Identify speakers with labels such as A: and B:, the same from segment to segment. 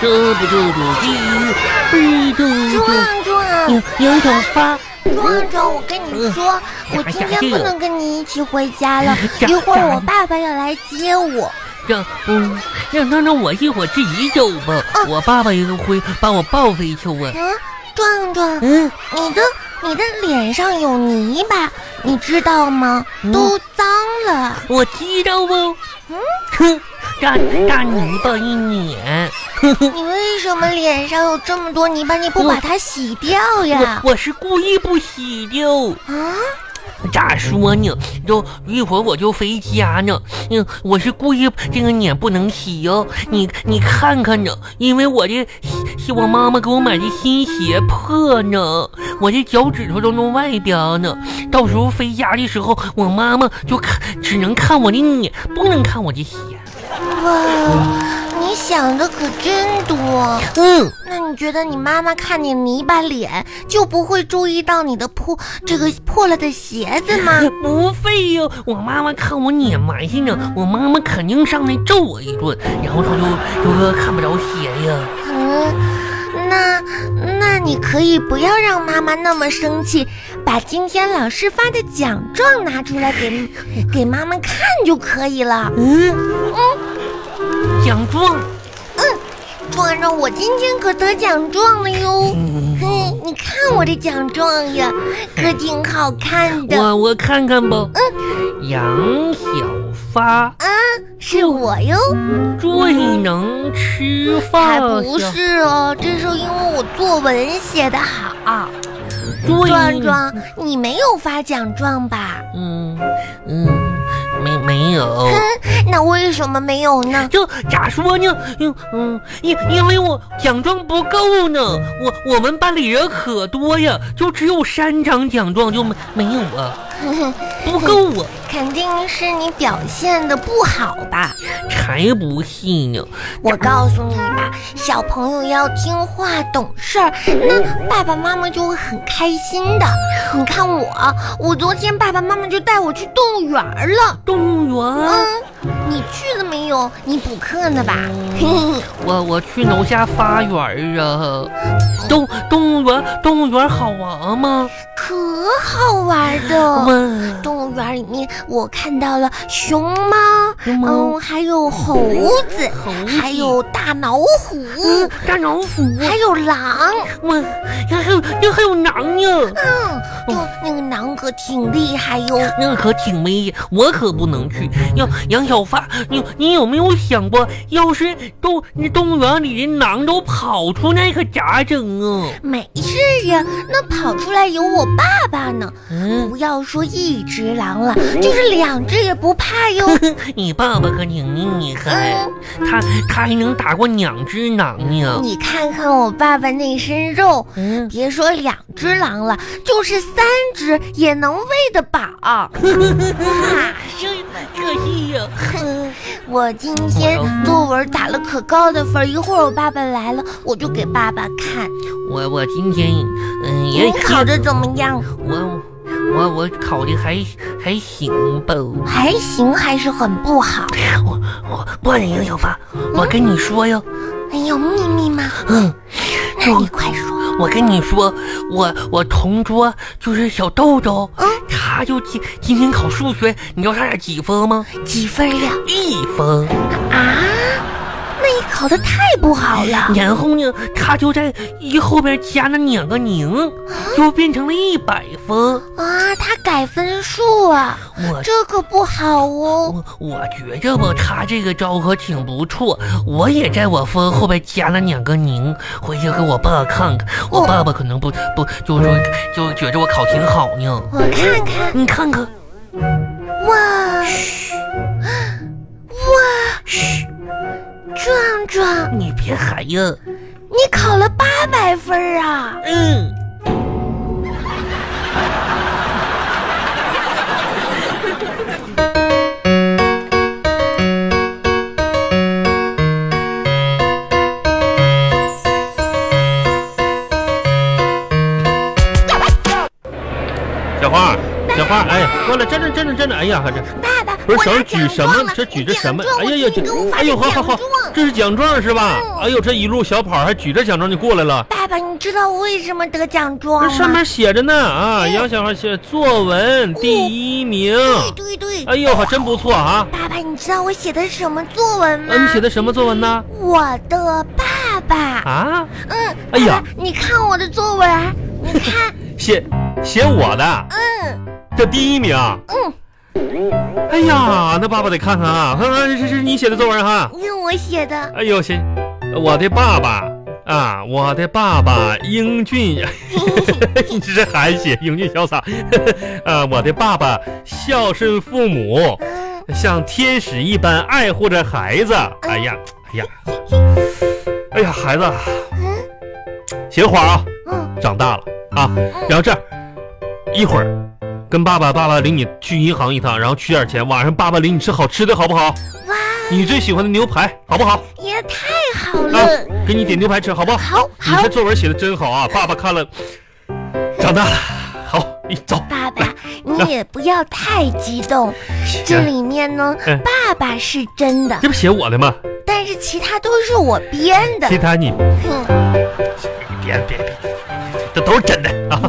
A: 不住肚皮，背住肚，
B: 壮壮，
A: 扭扭头发。
B: 壮壮，我跟你说，我今天不能跟你一起回家了，一会儿我爸爸要来接我。
A: 让嗯，让让让我一会儿自己走吧，我爸爸也会把我抱回去啊。
B: 嗯，壮壮，
A: 嗯，
B: 你的你的脸上有泥巴，你知道吗？都脏了。
A: 我知道不？
B: 嗯
A: 哼，大大泥巴一脸。哼哼，
B: 你为什么脸上有这么多泥巴？你不把它洗掉呀？
A: 我我是故意不洗掉。
B: 啊，
A: 咋说呢？都一会儿我就回家呢。嗯，我是故意这个脸不能洗哦。你你看看呢，因为我这是我妈妈给我买的新鞋破呢，我这脚趾头都弄外边呢。到时候回家的时候，我妈妈就看只能看我的脸，不能看我的鞋。
B: 哇，你想的可真多。
A: 嗯，
B: 那你觉得你妈妈看你泥巴脸，就不会注意到你的破这个破了的鞋子吗？
A: 不会哟、我妈妈看我脸埋汰呢，我妈妈肯定上来揍我一顿，然后她就就说看不着鞋呀。
B: 嗯，那那你可以不要让妈妈那么生气，把今天老师发的奖状拿出来给 给妈妈看就可以了。
A: 嗯，奖状。
B: 壮壮，我今天可得奖状了哟！嘿，你看我这奖状呀，可挺好看的。
A: 我我看看吧。
B: 嗯
A: 杨小发
B: 是我哟，
A: 最能吃
B: 还
A: 饭，
B: 不是哦，这是因为我作文写得好。
A: 最
B: 壮壮，你没有发奖状吧？
A: 嗯嗯，没没有。
B: 嗯那为什么没 有呢？
A: 就咋说呢？嗯嗯，因因为我奖状不够呢，我我们班里人可多呀，就只有三张奖状，就没没有啊，不够啊。
B: 肯定是你表现的不好吧？
A: 才不信呢！
B: 我告诉你吧，小朋友要听话懂事儿，那爸爸妈妈就会很开心的。你看我，我昨天爸爸妈妈就带我去动物园儿了。
A: 动物园。
B: 嗯，你去了没有？你补课呢吧？嘿嘿，
A: 我我去楼下花园儿啊，动动物园动物园好玩吗？
B: 可好玩儿的。
A: 哇，
B: 动物园儿里面，我看到了熊猫，
A: 熊猫
B: 嗯，还有猴子，
A: 猴子
B: 还有大老虎，
A: 嗯，大老虎，
B: 还有狼。
A: 哇，还有这还有啊狼呢，
B: 嗯，就那个狼可挺厉害哟。
A: 那可挺危险，我可不能去。要杨小发，你你有没有想过，要是动那动物园里的狼都跑出来，可咋整啊？
B: 没事呀，那跑出来有我爸爸呢。
A: 嗯，
B: 不要说一只狼了，就是两只也不怕哟。
A: 你爸爸可挺厉害，他他还能打过两只啊狼呢。
B: 你看看我爸爸那身肉，
A: 嗯。
B: 别说两只狼了，就是三只也能喂得饱。啊
A: 嗯 这这戏呀、
B: 我今天作文打了可高的分儿，一会儿我爸爸来了，我就给爸爸看。
A: 我我今天嗯也
B: 你考的怎么样？
A: 我我我考的还还行吧。
B: 还行，还是很不好。
A: 我我不行，小发，我跟你说哟，
B: 你有哎秘密吗？
A: 嗯，
B: 那你快说。
A: 我跟你说，我我同桌就是小豆豆，
B: 嗯
A: 他就今今天考数学，你知道他俩几分吗？
B: 几分呀？
A: 一分。
B: 啊？那你考的太不好了。
A: 然后呢，他就在一后边加了两个零，就变成了一百分。
B: 啊，他改分数啊，
A: 我
B: 这可不好哦。
A: 我我觉着吧，他这个招可挺不错，我也在我分后边加了两个零，回去给我爸看看，我
B: 哦
A: 爸爸可能不不就说就觉着我考挺好呢。
B: 我看看，
A: 你看看，
B: 哇哇，壮壮，
A: 你别喊呀，
B: 你考了八百分儿啊！
A: 嗯。
C: 小花，小花，哎，过来，站着站着站着，哎呀，这
B: 爸爸，我
C: 哎不是手
B: 拿
C: 上举
B: 奖
C: 什
B: 状
C: 么
B: 了？？
C: 这举着什么
B: 奖？状
C: 哎呀
B: 我
C: 呀，
B: 给我
C: 这
B: 发
C: 哎呦，
B: 的
C: 好好
B: 奖
C: 好
B: 状，
C: 这是奖状是吧？
B: 嗯
C: 哎呦，这一路小跑还举着奖状就过来了。
B: 爸爸，你知道为什么得奖状
C: 这
B: 吗？
C: 上面写着呢啊，
B: 嗯
C: 杨小孩写作文第一名。
B: 哦对对
C: 哎
B: 对，
C: 呦，还真不错啊！
B: 爸爸，你知道我写的是什么作文吗？
C: 嗯，写的什么作文呢？
B: 我的爸爸。
C: 啊，
B: 嗯，
C: 哎呀
B: 爸爸，你看我的作文儿，你看，
C: 写写我的
B: 嗯
C: 这第一名。啊
B: 嗯，
C: 哎呀，那爸爸得看看啊，看看这这是你写的作文哈。
B: 用我写的，
C: 哎呦，写我的爸爸啊，我的爸爸英俊， 你这还写英俊潇洒 啊？我的爸爸孝顺父母，
B: 嗯，
C: 像天使一般爱护着孩子。哎呀，哎呀，哎呀，孩子，
B: 嗯
C: 写会儿啊，
B: 嗯
C: 长大了啊。然后这样，一会儿跟爸爸，爸爸领你去银行一趟，然后取点钱，晚上爸爸领你吃好吃的，好不好？
B: 哇，
C: 你最喜欢的牛排，好不好？
B: 也太好
C: 啊
B: 了，，
C: 给你点牛排吃，好不好？
B: 好
C: 你
B: 好
C: 这，作文写的真好啊！爸爸看了，长大了，好，一走。
B: 爸爸，你也不要太激动，这
C: 这
B: 里面呢
C: 嗯，
B: 爸爸是真的，
C: 这不写我的吗？
B: 但是其他都是我编的嗯
C: 其，他你
B: 哼，
C: 别别别，这都是真的啊！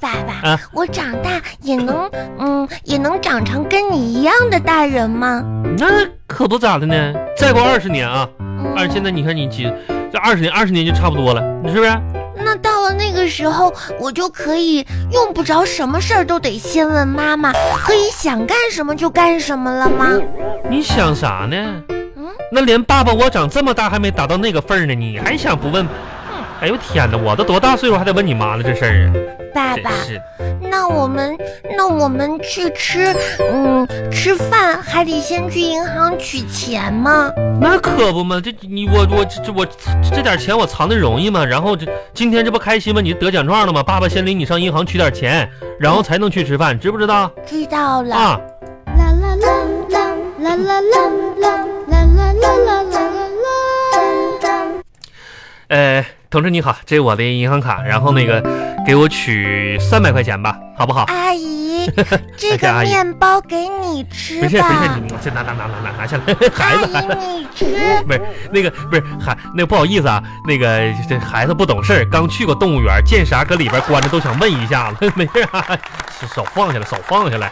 B: 爸爸
C: 啊，
B: 我长大也能，嗯，也能长成跟你一样的大人吗？
C: 那可不咋的呢，再过二十年啊，
B: 嗯
C: 二现在你看你几，这二十年二十年就差不多了，你是不是？
B: 那到了那个时候，我就可以用不着什么事儿都得先问妈妈，可以想干什么就干什么了吗？
C: 哦你想啥呢？
B: 嗯
C: 那连爸爸我长这么大还没达到那个份儿呢，你还想不问？哎呦天哪，我都多大岁数还得问你妈了这事儿啊？
B: 爸
C: 真
B: 爸，
C: 是的，
B: 那我们那我们去吃，嗯，吃饭还得先去银行取钱吗？
C: 那可不嘛，这你我我这这我这点钱我藏的容易吗？然后这今天这不开心吗？你得奖状了吗？爸爸先领你上银行取点钱，然后才能去吃饭，知不知道？
B: 知道了。
C: 啊，
D: 啦啦啦啦啦啦啦啦啦啦啦啦啦啦。
C: 呃，同志你好，这是我的银行卡，然后那个给我取三百块钱吧，好不好？
B: 阿 姨，这
C: 这
B: 个
C: 哎阿姨
B: 面包给你吃
C: 没事没事，
B: 吧，
C: 你这拿拿拿拿拿拿下来，
B: 阿
C: 孩子。
B: 姨你吃。
C: 不是那个，不是孩，那个不好意思啊，那个这孩子不懂事儿，刚去 过动物园，见啥搁里边关着都想问一下子，没事啊，手放下来，手放下来，